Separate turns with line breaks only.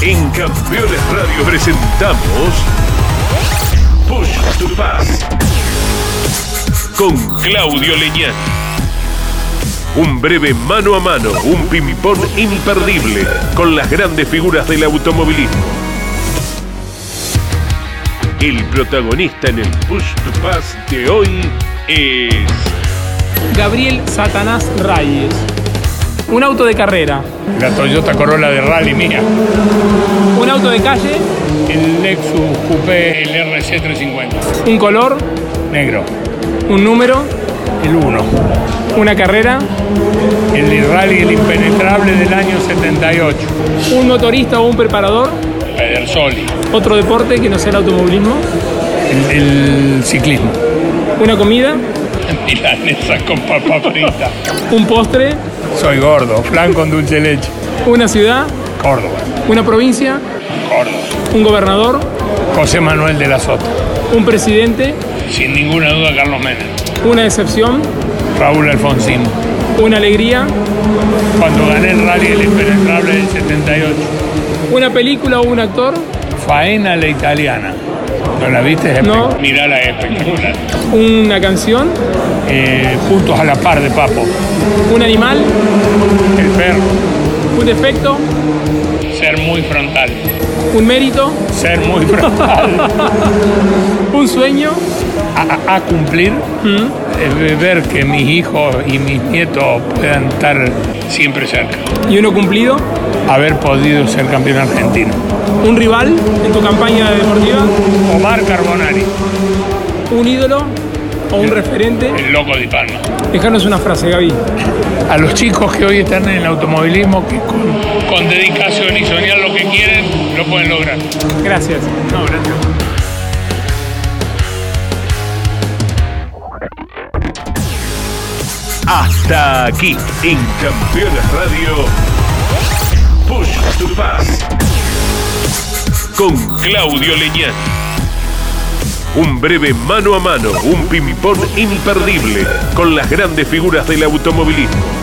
En Campeones Radio presentamos Push to Pass con Claudio Leñán. Un breve mano a mano, un ping-pong imperdible con las grandes figuras del automovilismo. El protagonista en el Push to Pass de hoy es
Gabriel Satanás Reyes. Un auto de carrera.
La Toyota Corolla de rally mía.
Un auto de calle.
El Lexus Coupé, el RC350.
Un color.
Negro.
Un número.
El 1.
Una carrera.
El rally El Impenetrable del año 78.
Un motorista o un preparador.
Pedersoli.
Otro deporte que no sea el automovilismo.
El, el ciclismo.
Una comida.
Milanesa con papa frita.
Un postre.
Soy gordo. Flan con dulce de leche.
Una ciudad.
Córdoba.
Una provincia.
Córdoba.
Un gobernador.
José Manuel de la Sota.
Un presidente.
Sin ninguna duda, Carlos Menem.
Una excepción.
Raúl Alfonsín.
Una alegría.
Cuando gané el rally El Impenetrable del 78.
Una película o un actor.
Faena la italiana. ¿No la viste? Es
No.
espe- Mirá la espectacular.
Una canción.
Eh, puntos a la par de Papo.
Un animal.
El perro.
Un defecto.
Ser muy frontal.
Un mérito.
Ser muy frontal.
Un sueño.
a, a cumplir. Eh, ver que mis hijos y mis nietos puedan estar siempre cerca.
Y uno cumplido.
Haber podido ser campeón argentino.
Un rival en tu campaña deportiva.
Omar Carbonari.
Un ídolo. O un referente.
El loco de Palma.
Dejarnos una frase, Gaby.
a los chicos que hoy están en el automovilismo que con, con dedicación y soñar lo que quieren lo pueden lograr.
Gracias.
No, gracias.
Hasta aquí en Campeones Radio. Push to Pass. Con Claudio Leñán. Un breve mano a mano, un ping-pong imperdible con las grandes figuras del automovilismo.